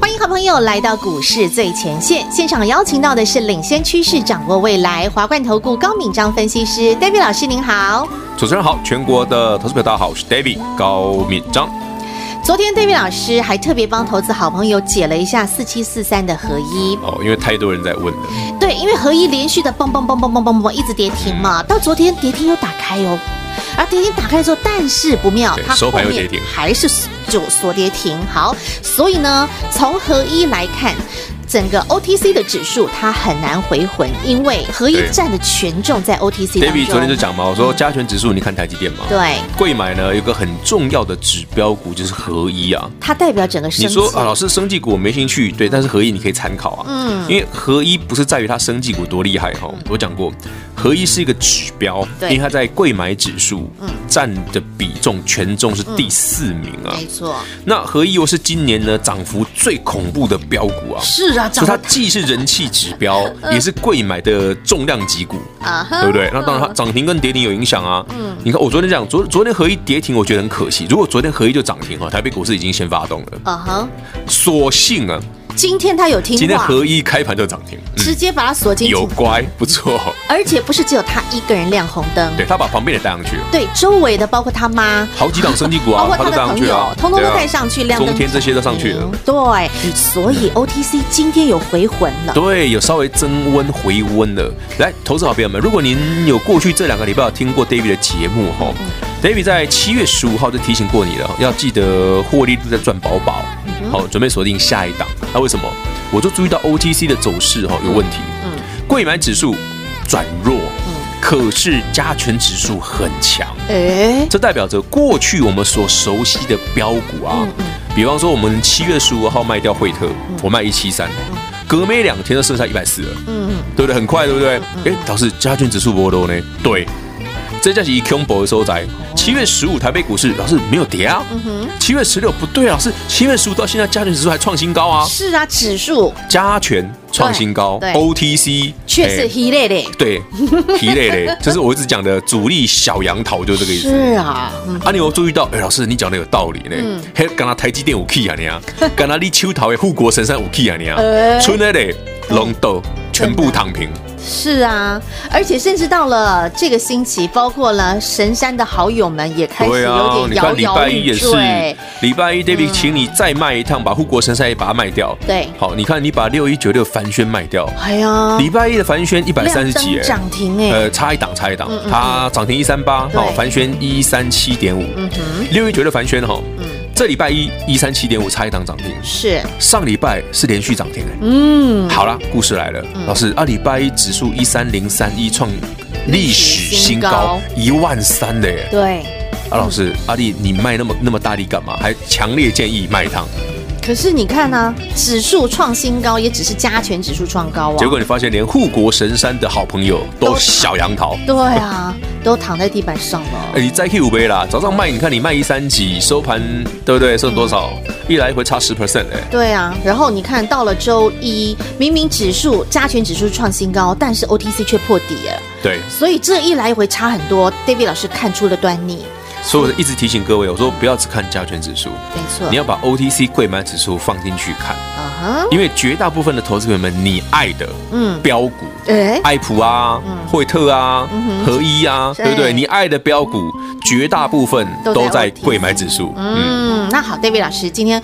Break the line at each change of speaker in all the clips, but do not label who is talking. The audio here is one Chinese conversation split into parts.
欢迎好朋友来到股市最前线，现场邀请到的是领先趋势、掌握未来华冠投顾高敏章分析师 David 老师，您好。
主持人好，全国的投资朋友大家好，我是 David 高敏章。
昨天 David 老师还特别帮投资好朋友解了一下四七四三的合一，
哦，因为太多人在问了，
对，因为合一连续的蹦蹦蹦蹦蹦蹦蹦一直跌停
嗯
嘛，到昨天跌停又打开哦，而跌停打开之后，但是不妙
对，
它
收
后
盘又
面
跌停
还是就锁跌停。好，所以呢，从合一来看。整个 OTC 的指数它很难回魂，因为合一
对
占的权重在 OTC 当中。
David 昨天就讲嘛，我说加权指数，你看台积电嘛，
对，
贵买呢有个很重要的指标股就是合一啊。
它代表整个
你
升
说
级
啊，老师生技股我没兴趣，对，但是合一你可以参考啊，
嗯
因为合一不是在于它生技股多厉害哈、我讲过，合一是一个指标，因
对嗯
为它在贵买指数占的比重权重是第四名啊。
没错，
那合一又是今年呢涨幅最恐怖的标股啊，
是啊，
所以它
涨得嗯
既是人气指标，也是贵买的重量级股，
啊哈
对不对？那当然，它涨停跟跌停有影响啊。嗯，你看我昨天讲，昨昨天合一跌停，我觉得很可惜。如果昨天合一就涨停哦，台北股市已经先发动了，
啊哈，
所幸啊，
今天它有听
今天
话，
合一开盘就涨停，
直接把它锁进去，
有乖，不错。
而且不是只有他一个人亮红灯，
对他把旁边也带上去了，
对周围的包括他妈，
好几档升级股
包
啊，
括他
他都
的
带上
朋
去
友，
啊，
通通
对
都
啊
带上去，亮灯
中天这些都上去了嗯
嗯。对，所以 OTC 今天有回魂了。
对，有稍微增温回温了。来，投资好朋友们，如果您有过去这两个礼拜有听过 David 的节目哈、David 在七月十五号就提醒过你了，要记得获利都在赚饱饱，好，准备锁定下一档。那为什么？我就注意到 OTC 的走势哈、有问题，嗯，贵买指数转弱，可是加权指数很强，
哎，
这代表着过去我们所熟悉的标股啊，
嗯
比方说我们七月十五号卖掉惠特，我卖一七三，隔没两天就剩下一百四了，
嗯，
对不对？很快，对不对？哎，老师，加权指数波多呢？对，这叫是以 combo 的收窄。
嗯
七月十五台北股市，老师没有跌啊。七月十六不对啊，老师，七月十五到现在加权指数还创新高啊，
是啊，指数
加权创新高
对对
，OTC
确实
哎
疲累的，
对疲累嘞，这是我一直讲的主力小杨桃，就这个意思。
是啊，嗯
啊，你有注意到？哎、老师，你讲的有道理呢。嘿、敢拿台积电有 key 啊你 啊，敢拿你秋桃的护国神山有 key 啊你啊
哎，
春的嘞龙豆全部躺平。
是啊，而且甚至到了这个星期，包括了神山的好友们也 开始有点
啊你
摇
看礼
摇
拜一
欲
也是
坠。，嗯
礼拜一 David 请你再卖一趟，把护国神山也把它卖掉。
对
好，你看你把六一九六凡轩卖掉，
哎呀，
礼拜一的凡轩一百三
亮
十几
灯
哎。
涨停哎，
呃，差一档，差一档，它涨停一三八，
对嗯
好，凡轩一三七点五，六一九的凡轩哈，这礼拜一一三七点五差一档涨停，
是，
上礼拜是连续涨停哎。
嗯，
好啦，故事来了，老师，啊，礼拜一指数一三零三一创历史新高一万三的耶！
对。
啊，老师，阿力，你卖那么那么大力干嘛？还强烈建议卖一趟，
可是你看呢、啊指数创新高，也只是加权指数创高啊。
结果你发现连护国神山的好朋友都小杨桃。
对啊，都躺在地板上了。
哎，你再 Q 杯啦！早上卖，你看你卖一三几，收盘对不对？剩多少？一来一回差十 percent 哎，
对啊，然后你看到了周一，明明指数加权指数创新高，但是 OTC 却破底了，
对，
所以这一来一回差很多。David 老师看出了端倪，
所以我一直提醒各位，我说不要只看加权指数，
没错。
你要把 OTC 贵买指数放进去看。
啊哈，
因为绝大部分的投资朋友们，你爱的
嗯，
标股，
哎，
爱普啊、惠特啊、合一啊，
嗯对嗯
对不对？你爱的标股，绝大部分
都在
都在
OTC
贵买指数。嗯，
嗯，那好，David 老师，今天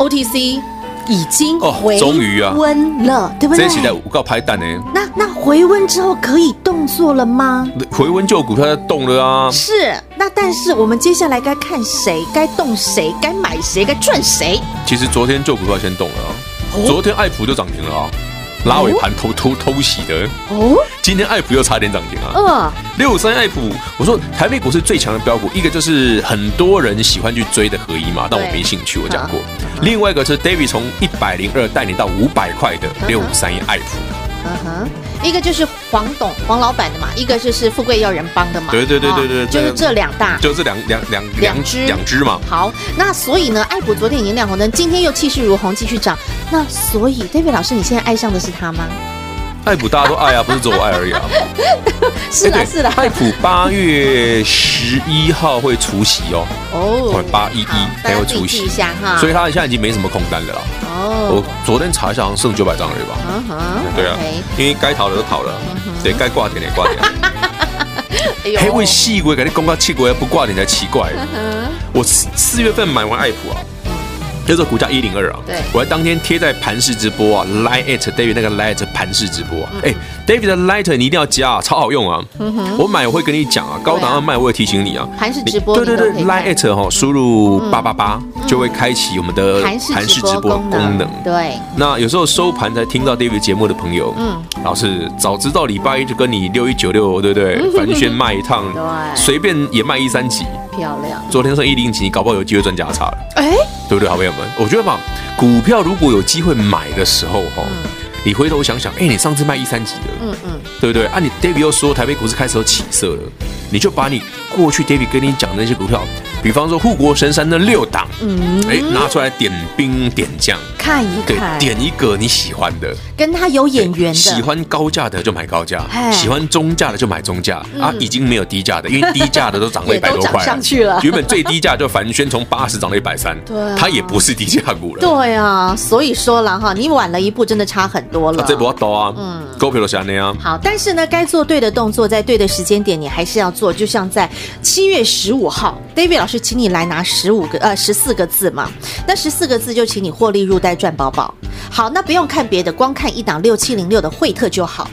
OTC 已经
哦
回
终于啊
温了，对不
这
对
一？期在我告拍蛋呢，
那那回温之后可以动作了吗？
回温旧股它在动了啊。
是，那但是我们接下来该看谁，该动谁，该买谁，该赚谁。
其实昨天旧股票先动了啊，
哦
昨天爱普就涨停了啊，拉尾盘偷偷偷袭的。
哦，
今天爱普又差点涨停啊，
呃，
六三爱普，我说台北股是最强的标股，一个就是很多人喜欢去追的合一嘛，但我
对嗯
没兴趣，我讲过。另外一个是 David 从一百零二带你到五百块的六五三一爱普，
嗯哼，一个就是黄董黄老板的嘛，一个就是富贵要人帮的嘛。
对对对对对
哦就是这两大。
就这两两两
两只
两只嘛，
好，那所以呢，艾普昨天已经亮红灯，今天又气势如虹，继续涨。那所以，David 老师，你现在爱上的是他吗？
爱普大家都爱啊，不是只有我爱而已啊。
是
哎
啦，
对
是啦。啊
爱普八月十一号会除夕哦，
哦
会八一一
好大
还
家
会
自己
除
记
夕
一下哈。
所以他现在已经没什么空单了啦。我
啊哦，
昨天查一下，好像剩九百张而已吧。
嗯哼，哎
对啊
OK，嗯
因为该逃的都逃了，对该挂点的也挂点。啊
哎
黑
呦，
为细鬼，感觉公告气鬼不挂点才奇怪。我四四月份买完爱普啊，那时候股价一零二啊，
对
我还当天贴在盘市直播啊，Line at David 那个 Line at 盘市直播啊，
嗯
哎，David 的 Light 你一定要加啊，超好用啊。我买我会跟你讲啊，高档要卖我会提醒你啊。
韩式
你
直播
对对对
你都可以看
，Line at 哈，输入八八八就会开启我们的
韩式直播功
功
能
能。，
对，
那有时候收盘才听到 David 节目的朋友，
嗯
嗯，老师早知道礼拜一就跟你六一九六，对不对？凡轩卖一趟，
对
随便也卖一三级，
漂亮。
昨天剩一零几，你搞不好有机会赚价差了，
哎，
对不对，好朋友们？我觉得吧，股票如果有机会买的时候，哈、你回头想想，哎、你上次卖一三级的，
嗯嗯，
对不对？啊，你 David 又说台北股市开始有起色了，你就把你过去 David 跟你讲的那些股票，比方说护国神山的六档，嗯，哎、拿出来点兵点将。
看一
对，
看，
点一个你喜欢的，
跟他有眼缘的，
喜欢高价的就买高价
嘿，嗯
喜欢中价的就买中价、啊，已经没有低价的，因为低价的都涨了
也
一
都
百多块
涨上去了
原本最低价就凡轩从八十涨到一百三
对啊，
它也不是低价股了。
对啊，所以说了哈，你晚了一步，真的差很多了。
啊这波刀啊，
嗯
股票都是安尼啊。
好，但是呢，该做对的动作，在对的时间点，你还是要做。就像在七月十五号，David 老师请你来拿十五个呃十四个字嘛，那十四个字就请你获利入袋赚宝宝。好，那不用看别的，光看一档六七零六的惠特就好。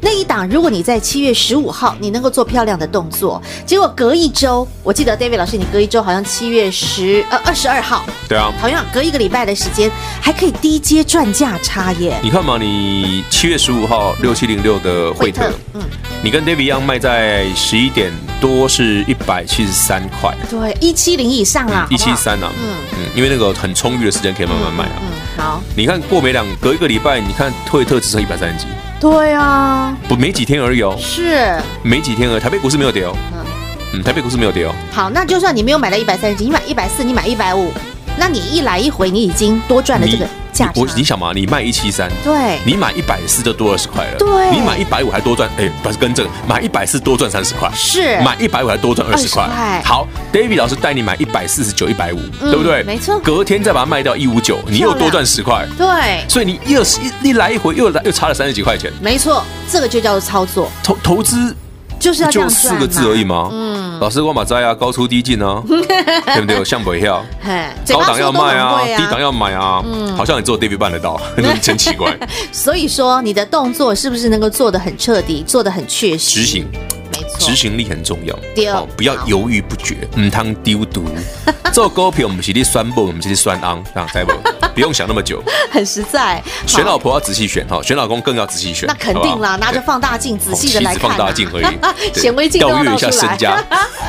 那一档，如果你在七月十五号你能够做漂亮的动作，结果隔一周，我记得 David 老师，你隔一周好像七月十呃二十二号，
对啊，
同样隔一个礼拜的时间，还可以低阶赚价差耶。
你看嘛，你七月十五号六七零六的惠特，
嗯，
你跟 David 一样卖在十一点多是一百七十三块，
对，一七零以上啦，
嗯
好不
一七
好
三啊，
嗯
嗯，因为那个很充裕的时间可以慢慢卖啊。
嗯，好，
你看过没两隔一个礼拜，你看惠特只剩一百三十几，
对啊，
不没几天而已哦，
是，
没几天而已。台北股市没有跌哦，嗯，台北股市没有跌哦，
好，那就算你没有买到一百三十斤，你买一百四，你买一百五，那你一来一回，你已经多赚了这个价啊差
我。你想嘛，你卖一七三，
对，
你买一百四就多二十块了，
对
你买一百五还多赚，哎，不是更正，买一百四多赚三十块，
是
买一百五还多赚二十块
20块。
好，David 老师带你买一百四十九、一百五，
嗯
对不对？
没错
隔天再把它卖掉一五九，你又多赚十块，
对，
所以你又是一一来一回又来又差了三十几块钱，
没错，这个就叫做操作，
投投资
就是要
不
这样
就
赚
四
嘛
个字而已？吗？嗯，老师我马摘啊，高出低进 啊，对不对？向北跳，
嘿，嘴
高
巴
档
说
要
都
卖
很
啊，
会
低档
啊。
要买啊，好像你做 David 办得 到，真奇怪。
所以说，你的动作是不是能够做得很彻底，做得很确实？
执行，
没错，
执行力很重
对
要，哦不要犹豫不决，唔通 丢毒。做股票我们是咧酸不，我们是咧酸昂，这样啊知 不？不用想那么久，
很实在。
选
好
老婆要仔细选哈，哦选老公更要仔细选。
那肯
好
定
不
啦，
好
拿着
对
放大镜仔细的
哦
来
妻子
看、啊，
放大镜而已对
显微镜都要
调阅
露
一
出
下
来
身。家。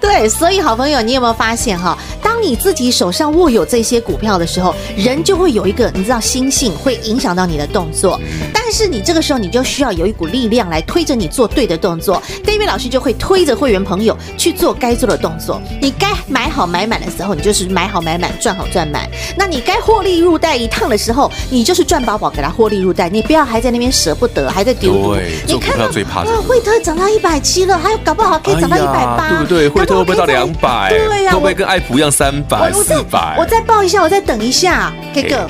对，所以好朋友，你有没有发现哈？当你自己手上握有这些股票的时候，人就会有一个你知道心性会影响到你的动作，
嗯
但是你这个时候你就需要有一股力量来推着你做对的动作。David 老师就会推着会员朋友去做该做的动作。你该买好买满的时候，你就是买好买满，赚好赚满。那你该获利入袋一趟的时候，你就是赚饱饱给他获利入袋，你不要还在那边舍不得，还在丢毒
对。
你
做股
看到
票最怕这
哇
个
哎惠特涨到一百七了，还有搞不好可以涨到一百八，
对不对？惠特会不会到两百？
对呀、
会不会跟爱普一样三
我
百、
我
四
再
百？
我再报一下，我再等一下，给个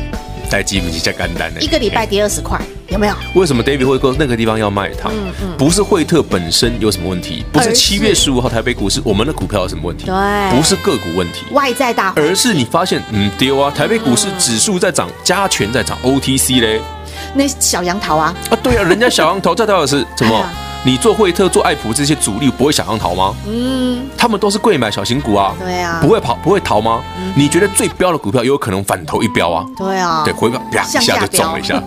代基不是在干单呢。
一个礼拜
哎。
跌二十块，有没有？
为什么 David 会说那个地方要卖它？不是惠特本身有什么问题，不
嗯而
是
是
七月十五号台北股市我们的股票有什么问题，
对
不是个股问题，
外在大户，
而是你发现嗯丢啊，台北股市指数在
嗯
涨，加权在涨，OTC 嘞
那小杨桃啊，
啊，对啊，人家小羊头在台 北是什
哎
么
呀？
你做惠特、做爱普这些主力不会小羊逃吗？
嗯，
他们都是贵买小型股啊，
对啊嗯
不会跑不会逃吗？你觉得最标的股票也有可能反头一标啊？
对啊，
对，回标啪
向
一
下
下就中了一下，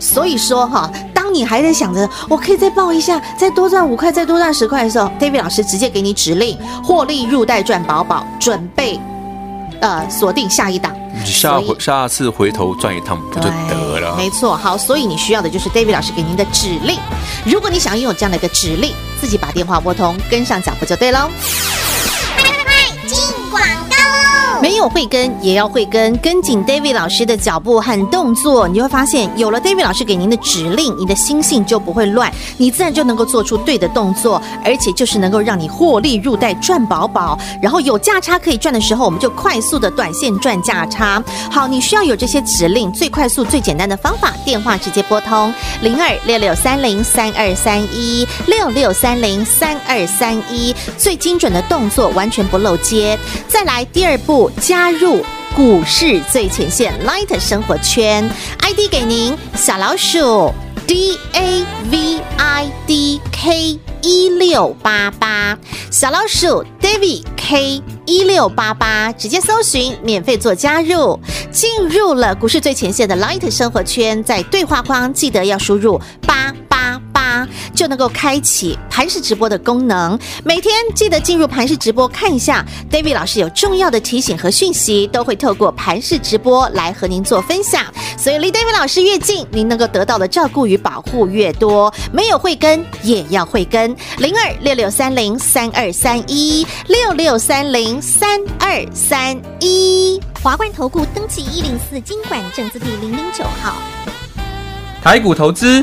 所以说哈，当你还在想着我可以再报一下，再多赚五块，再多赚十块的时候，David 老师直接给你指令，获利入袋赚饱饱，准备呃锁定下一档。
你下
所
回
以
下次回头转一趟不就得了？
没错。好，所以你需要的就是 David 老师给您的指令。如果你想拥有这样的一个指令，自己把电话拨通，跟上脚步就对喽。没有慧根也要慧根，跟紧 David 老师的脚步和动作，你就会发现，有了 David 老师给您的指令，你的心性就不会乱，你自然就能够做出对的动作，而且就是能够让你获利入袋赚饱饱。然后有价差可以赚的时候，我们就快速的短线赚价差。好，你需要有这些指令，最快速、最简单的方法，电话直接拨通零二六六三零三二三一六六三零三二三一，最精准的动作，完全不漏接。再来第二步，加入股市最前线 Light 生活圈，ID 给您小老鼠 D A V I D K 一六八八，小老鼠 David K 一六八八，直接搜寻免费做加入，进入了股市最前线的 Light 生活圈，在对话框记得要输入八八八啊就能够开启盘式直播的功能。每天记得进入盘式直播看一下，David 老师有重要的提醒和讯息，都会透过盘式直播来和您做分享。所以离 David 老师越近，您能够得到的照顾与保护越多。没有慧根也要慧根，零二六六三零三二三一六六三零三二三一。
华冠投顾登记一零四经管证字第零零九号。
台股投资，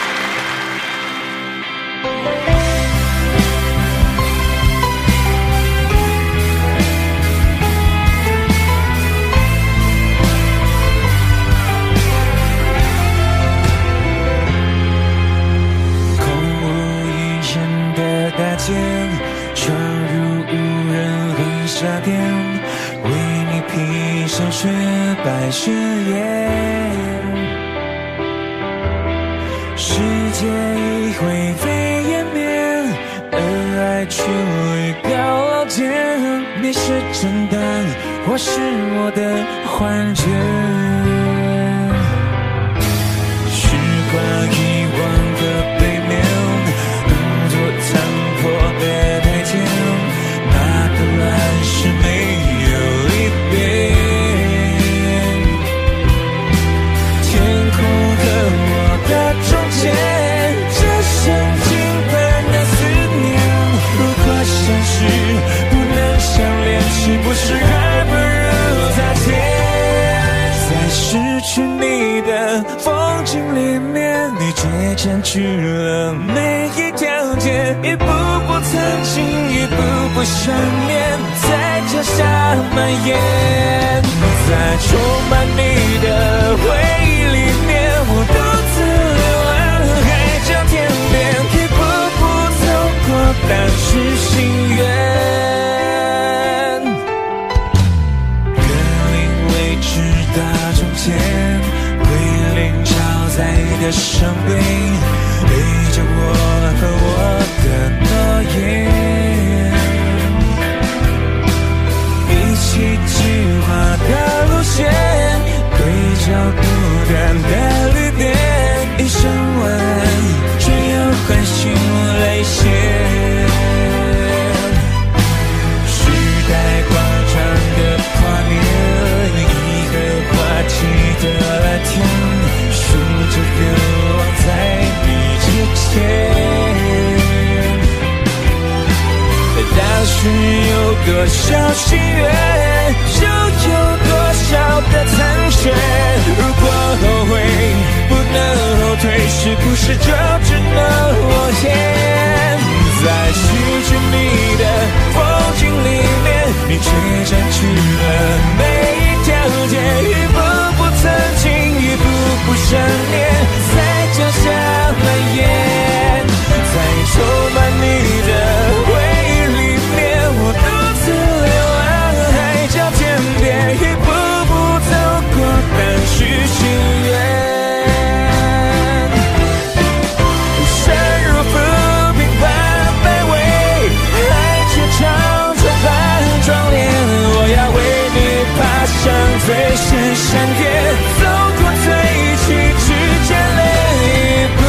空无一人的大街，闯入无人婚纱店，为你披上雪白誓言。世界已灰飞烟灭，而爱处于高楼间。你是真的，我是我的幻觉。时光遗忘的背面，动作残破的台阶，那本来是没有离别。天空和我的中间，只剩近半的思念。如果相识不能相恋，是不是还不如再见？在失去你的风景里面，你倔强去了每一条街，一步步曾经，一步步想念，在脚下蔓延，在充满你的回忆里面，我独自流浪海角天边，一步步走过，但是心愿。格林威治大钟前，归零照在你的伤悲，背着我和我的诺言，一起计划的路线，对照不的多少心愿，就有多少的残缺。如果后悔不能后退，是不是就只能我先在失去你的风景里面，你却占据了每一条街，一步步曾经，一步步想念，在脚下蔓延，在充满你的回忆里面，我独自流浪海角天边，一步步走过单曲心愿。深入浮萍般卑微，爱却常常般壮烈。我要为你爬上最深山巅，走过最崎岖之累，一步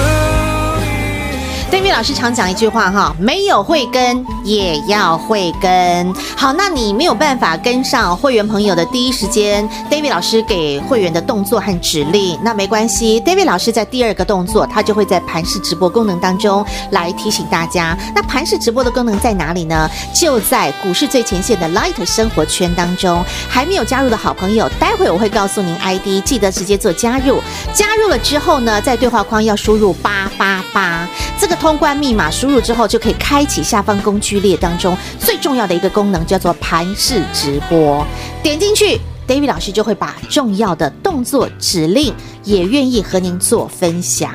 一步。
David 老师常讲一句话哈，没有慧根也要慧根。好，那你没有办法跟上会员朋友的第一时间，David 老师给会员的动作和指令，那没关系，David 老师在第二个动作，他就会在盘式直播功能当中来提醒大家。那盘式直播的功能在哪里呢？就在股市最前线的 Light 生活圈当中。还没有加入的好朋友，待会我会告诉您 ID，记得直接做加入。加入了之后呢，在对话框要输入八八八。这个通关密码输入之后，就可以开启下方工具列当中最重要的一个功能，叫做盘式直播。点进去，David 老师就会把重要的动作指令也愿意和您做分享。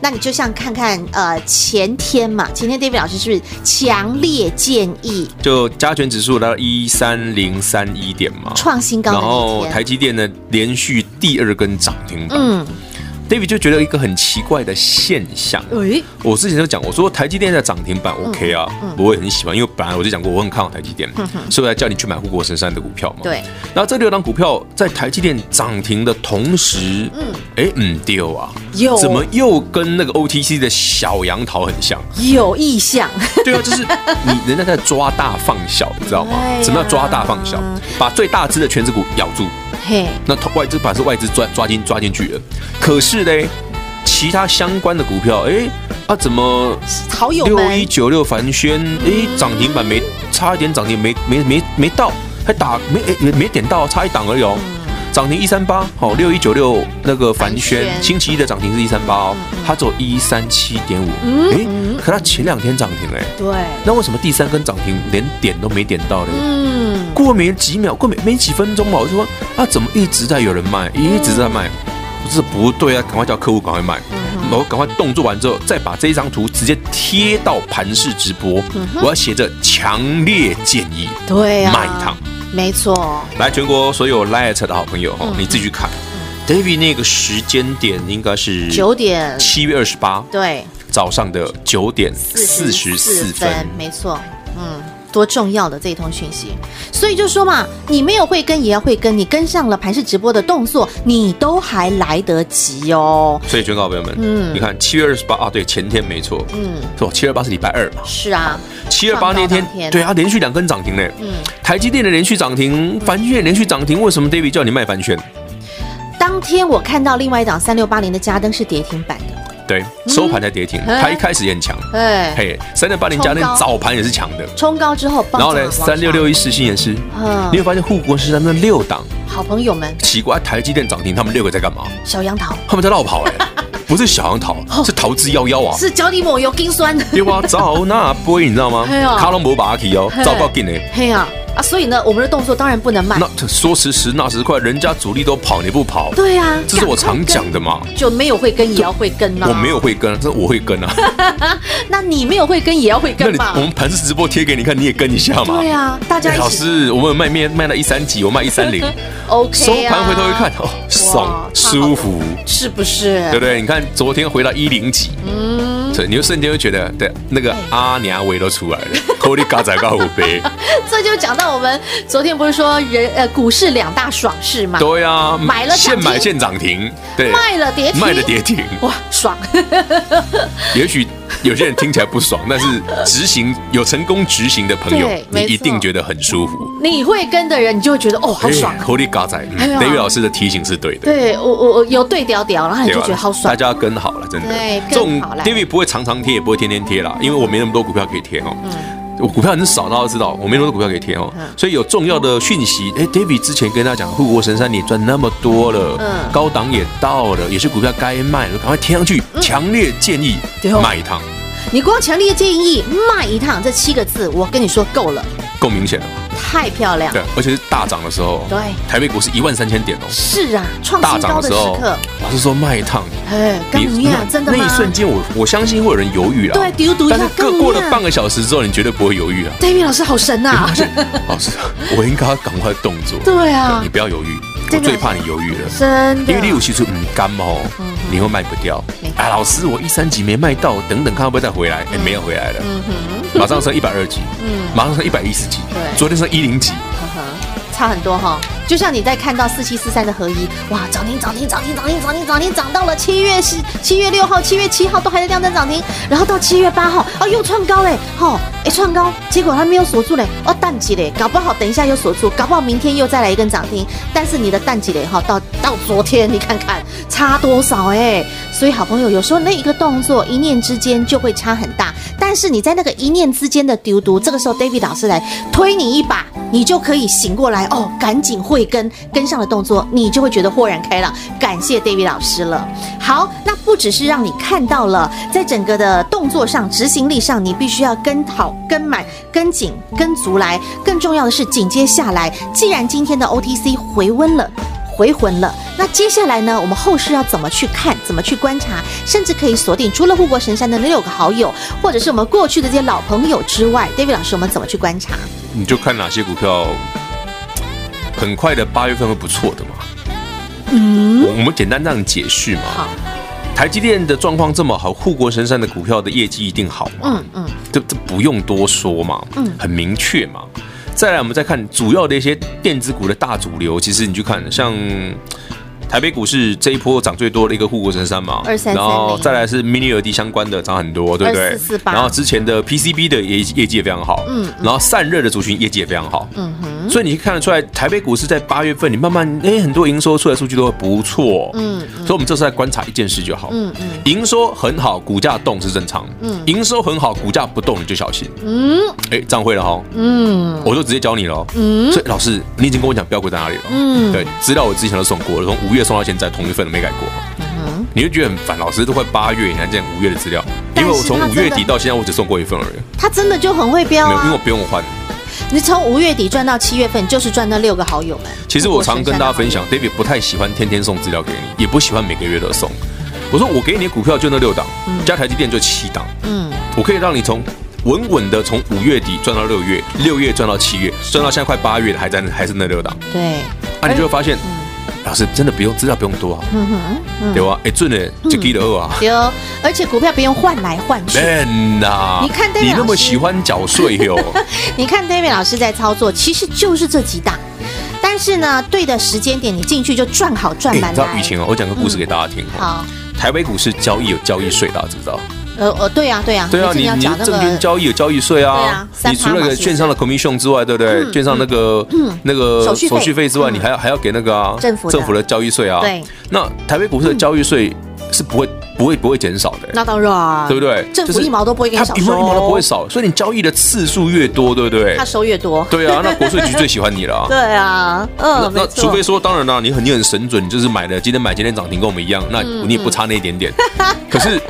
那你就像看看呃前天嘛，前天 David 老师是不是强烈建议
就加权指数来到一三零三一点嘛，
创新高
然
的
后
那一
台
天？
积电呢连续第二根涨停板、
嗯，
d a v i d 就觉得一个很奇怪的现象。
诶、
我之前就讲，我说台积电在涨停板 OK 啊，
嗯
我也很喜欢，因为本来我就讲过我很看好台积电，所以我才叫你去买护国神山的股票嘛。
对。
那这六档股票在台积电涨停的同时，嗯，哎，嗯，丢啊，
有
怎么又跟那个 OTC 的小杨桃很像？
有意向，
对啊，就是你人家在抓大放小，你知道吗
对呀？
什么叫抓大放小？把最大只的全指股咬住，
嘿，
那投外资把是外资抓抓进抓进去了。可是呢，其他相关的股票，哎，啊怎么
好友
六一
们，
九六凡轩，哎，涨停板没差一点涨停没没没没到，还打没哎没没点到，差一档而已哦。涨停一三八，好六一九六那个凡轩
嗯凡，轩嗯
星期一的涨停是一三八哦，它走一三七点五，哎，可它前两天涨停欸嘞，
对，
那为什么第三根涨停连点都没点到呢？
嗯，
过没几秒，过没没几分钟吧，我就说啊，怎么一直在有人卖，
嗯
一直在卖，这不对啊，赶快叫客户赶快卖，
嗯
我赶快动作完之后，再把这一张图直接贴到盘式直播，我要写着强烈建议
嗯对啊，
卖它。
没错，
来，全国所有 Light 的好朋友哈，哦
嗯
你自己去看，David 那个时间点应该是
九点，
七月二十八
对，
早上的九点四十四分。
没错，嗯，多重要的这一通讯息。所以就说嘛，你没有慧根也要慧根，你跟上了盘式直播的动作，你都还来得及哦。
所以，全国好朋友们，
嗯
你看七月二十八啊，对，前天没错，
嗯，
错，七二八是礼拜二嘛，
是啊，
七二八那
创
天
高当天，
对啊，连续两根涨停嘞。
嗯，
台积电的连续涨停，凡轩也连续涨停，为什么 David 叫你卖凡轩？
当天我看到另外一档三六八零的嘉登是跌停板的，
对，收盘才跌停，
哎
它一开始也很强，
哎，
嘿，三六八零加
冲
那
高
早盘也是强的，
冲高之后暴
然
涨
后
往
呢，
上
三六六一世新也是，
嗯
你会发现护国神山那六档
好朋友们，
奇怪，台积电涨停，他们六个在干嘛？
小杨桃
他们在绕跑哎， 不是小杨桃，是逃之夭 夭啊。
是脚底抹油冰酸，
对啊，早那波你知道吗？
嘿啊
卡龙博把阿奇哦，糟糕劲哎。
嘿呀啊，所以呢，我们的动作当然不能慢
那，说时迟，那时快，人家主力都跑，你不跑，
对啊，
这是我
赶快
常
跟
讲的嘛。
就没有慧根也要慧根啦。
我没有，会跟，这我会跟 啊。
那你没有慧根也要慧
那
根
你
吧
我？们盘式直播贴给你看，你也跟一下嘛。
对啊，大家
哎。老
一起
师，我们有卖面卖到一三几，我卖一三 零，收
OK 啊
盘回头一看，哦，爽，舒服，
是不是？
对不对？你看昨天回到一零几，嗯，所以你就瞬间就觉得，对，那个阿娘味都出来了， 口里嘎仔嘎虎 杯，
这就讲到我们昨天不是说人呃股市两大爽事嘛，
对啊，
买了涨
现
停
买现涨停，对，
卖了跌停，
卖了跌停，
哇爽，
也许有些人听起来不爽，但是执行有成功执行的朋友
对，
你
没
一定
错
觉得很舒服。
你会跟的人，你就会觉得哦好爽。
口里嘎仔，嗯
哎呀
，David 老师的提醒是对的。
对我我我有对调调，然后你
对
就
吧？
觉得好爽
大。家要跟好了，真的。
对
这种
跟好了
David 不会常常贴，也不会天天贴啦，因为我没那么多股票可以贴哦。我股票很少，大家都知道，我没那么多股票可以贴哦
嗯。
所以有重要的讯息，哎，David 之前跟大家讲，护国神山你赚那么多了，
嗯
高档也到了，有些股票该卖了，赶快贴上去，
嗯
强烈建议
对哦
买一趟，
你光强烈建议卖一趟这七个字，我跟你说够了，
够明显了。
太漂亮
对。，而且是大涨的时候，
对
台北股市一万三千点哦，
是啊，创
大
新
涨
高
的
的
时
时
候
刻，，
老师说卖一趟，
哎，干你啊，真的
那
吗
一？瞬间我我相信会有人犹豫啦，
对丢毒一下
但是
干
各
你
过了
啊
半个小时之后，你绝对不会犹 豫啊。
，David 老师好神啊呐！
老师，我应该要赶快动作。
对啊
你不要犹豫，我
真的
最怕你犹豫了。
真的，
因为你有其实嗯干哦，你会卖不掉
没。错
啊，老师，我一三级没卖到，等等看会不会再回来？哎，没有回来了，
嗯哼，
马上升一百二级，
嗯
马上升一百一十级
对，
昨天升一零级，
呵呵，嗯差很多哈。就像你在看到四七四三的合一，哇，涨停涨停涨停涨停涨停涨停涨到了七月十、七月六号、七月七号都还在亮灯涨停，然后到七月八号，哦又创高嘞，哦，哎创高，结果它没有锁住嘞，哦淡季嘞，搞不好等一下又锁住，搞不好明天又再来一根涨停，但是你的淡季嘞哈，到到昨天你看看差多少哎、所以好朋友有时候那一个动作一念之间就会差很大，但是你在那个一念之间的丢毒，这个时候 David 老师来推你一把，你就可以醒过来哦，赶紧慧根跟上的动作，你就会觉得豁然开朗。感谢 David 老师了。好，那不只是让你看到了，在整个的动作上、执行力上，你必须要跟好、跟满、跟紧、跟足来。更重要的是，紧接下来，既然今天的 OTC 回温了。回魂了。那接下来呢，我们后市要怎么去看，怎么去观察，甚至可以锁定除了护国神山的那六个好友，或者是我们过去的这些老朋友之外，David 老师，我们怎么去观察？
你就看哪些股票很快的八月份会不错的嘛。嗯，我们简单这样解释嘛
好。
台积电的状况这么好，护国神山的股票的业绩一定好嘛？
嗯嗯，
这这不用多说嘛，
嗯
很明确嘛。再来，我们再看主要的一些电子股的大主流，其实你去看，像台北股市这一波涨最多的一个护国神山嘛，
2330
然后再来是 Mini LED 相关的涨很多，对不对？
2448
然后之前的 PCB 的业业绩也非常好，
嗯
然后散热的族群业绩也非常好，
嗯哼，
所以你可以看得出来，台北股市在八月份，你慢慢哎、诶很多营收出来数据都不错，
嗯
所以我们这次来观察一件事就好，
嗯嗯
营收很好，股价动是正常，
嗯
营收很好，股价不动你就小心，
嗯
哎、这样会了哈，
嗯
我就直接教你了哦，
嗯
所以老师你已经跟我讲标股在哪里了，
嗯
对，资料我之前都送过了，从五月送到现在，同一份都没改过，
嗯，
你就觉得很烦，老师都快八月，你还这样五月的资料，因
但
为
是
我从
他
五
真的
月底到现在我只送过一份而已，
他真的就很会标
没有，因为我
啊！
不用换。
你从五月底赚到七月份，就是赚那六个好友们。
其实我常跟大家分
护国神山的好友
享，David 不太喜欢天天送资料给你，也不喜欢每个月都送。我说我给你的股票就那六档，加台积电就七档，
嗯
我可以让你从稳稳的从五月底赚到六月，六月赚到七月，赚到现在快八月了，还在还是那六档，
对，
啊，你就会发现，老师真的不用资料不用多啊，
哎嗯哼，
对吧？哎，准的就给了二啊。
丢、而且股票不用换来换去。
man 呐，
你看 David
你那
老
么
师
喜欢缴税哦 哟，
你看 David 老师在操作，其实就是这几档，但是呢，对的时间点你进去就赚好赚
哎你
满
知道
来。
以前哦，我讲个故事给大家听哦。
啊嗯好，
台北股市交易有交易税，大家知道。
呃呃，对啊对啊，
对啊，
每次
你
要
你
讲那
证券
个
交易有交易税
对
啊
啊，3%
你除了
嘛是
个
不嗯
券商的 commission 之外，对不对？券商那个那个
手续费嗯
手续费之外，你还要还要给那个啊
政府的
政府的交易税啊。
对，
那台北股市的交易税是不会不会不会减少的，
那当然，
对不对？
政
就
府
是
一毛都不会给你
它
少
一
收
毛
哦，
一毛都不会少，所以你交易的次数越多，对不对
他？收越多。
对啊，那国税局最喜欢 你了啊。
对啊，
那
嗯，
那
没
除
错
非。说，当然啦，你很你很神准，你就是买了今天买今天涨停跟我们一样，那
嗯
你也不差那一点点。可是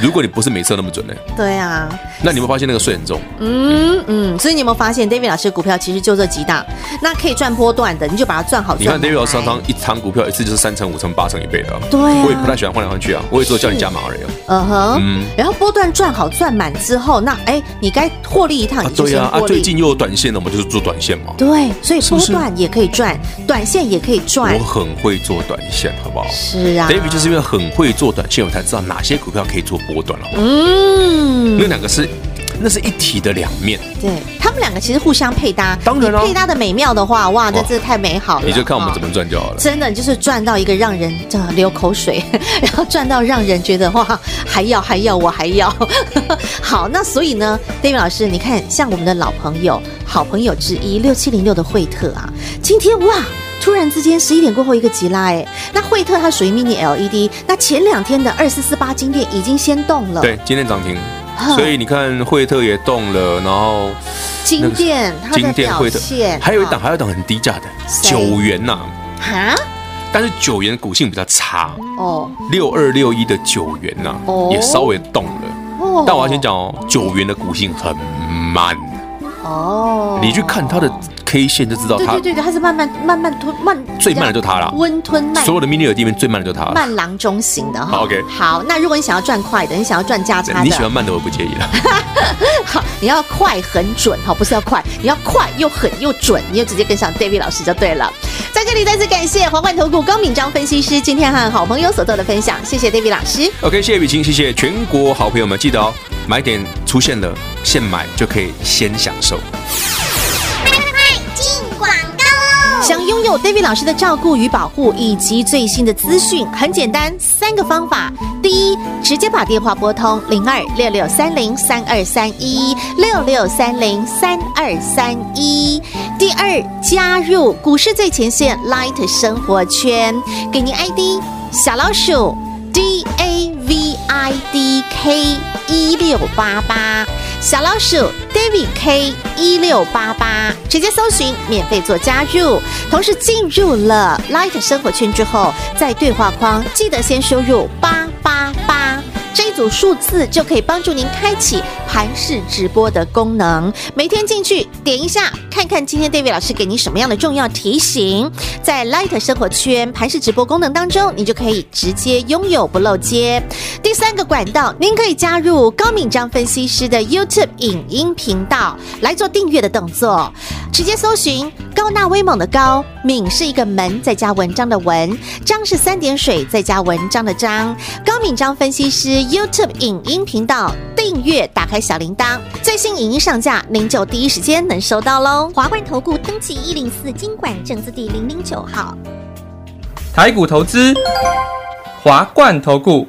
如果你不是每次都那 么准呢，
对啊，
那你会发现那个税很重。
嗯嗯，所以你有没有发现 David 老师的股票其实就这几档，那可以赚波段的，你就把它赚好
你
赚
看
满来。
David 老师常常一仓股票一次就是三成、五成、八成一倍的啊、
对啊
我也不太喜欢换来换去啊，我也只有叫你加码而已啊。
嗯
嗯
哼，然后波段赚好赚满之后，那哎，你该获利一趟，
啊
你就
对
先
啊，啊
获
最
利。
近又有短线了，我们就是做短线嘛。
对，所以
是不
波
是
段也可以赚，短线也可以赚
我。很会做短线，好不好
是啊
？David 就是因为很会做短线，我才知道哪些股票可以做波段了。啊
嗯
那，两个是，那是一体的两面。
对他们两个其实互相配搭，
当然
你
咯
配搭的美妙的话，哇，
哇
这真的太美好了。
你就看我们怎
么。
么赚就好了。
真的就是赚到一个让人呃流口水， 然后赚到让人觉得哇还要还要我还要。 好，那所以呢，David 老师，你看像我们的老朋友、好朋友之一六七零六的惠特啊，今天哇。突然之间，十一点过后一个急拉哎，那惠特它属于 mini LED，那前两天的二四四八金店已经先动了，
对，今天涨停，
呵
所以你看惠特也动了，然后
金店它的
金店
表
惠特
现，
还有一档，还有一档很低价的
谁
九元呐、
哈
但是九元股性比较差，
哦
六二六一的九元呐、
哦
也稍微动了。
哦
但我要先讲哦，九元的股性很慢，
哦，
你去看它的 K 线就知道
对
它
对对对，它是慢慢慢慢吞慢，
哦最慢的就它啦
温吞慢
所有的 mini 耳机里面最慢的就是它了。
慢郎中型的哈。
好，OK
好，那如果你想要赚快的，你想要赚价差的，
你喜欢慢的我不介意了，
好，你要快很准哈，不是要快，你要快又狠又准，你就直接跟上 David 老师就对了。在这里再次感谢华冠投顾高敏章分析师今天和好朋友所做的分享，谢谢 David 老师。
OK，谢谢雨晴，谢谢全国好朋友们，记得哦，买点出现了，现买就可以先享受。
进广告喽！
想拥有 David 老师的照顾与保护，以及最新的资讯，很简单，三个方法。第一，直接把电话拨通零二六六三零三二三一六六三零三二三一。第二，加入股市最前线 Light 生活圈，给您 ID 小老鼠 D A V I D K 一六八八，小老鼠 David K 一六八八，直接搜寻免费做加入。同时进入了 Light 生活圈之后，在对话框记得先输入八八八。这一组数字就可以帮助您开启盘式直播的功能。每天进去点一下，看看今天 David 老师给您什么样的重要提醒。在 Light 生活圈盘式直播功能当中，你就可以直接拥有不漏接。第三个管道，您可以加入高敏章分析师的 YouTube 影音频道来做订阅的动作，直接搜寻高纳威猛的高敏是一个门，再加文章的文，章是三点水，再加文章的章。高敏章分析师 YouTube 影音频道订阅，打开小铃铛，最新影音上架，您就第一时间能收到喽。
华冠投顾登记一零四经管证字第零零九号。
台股投资，华冠投顾。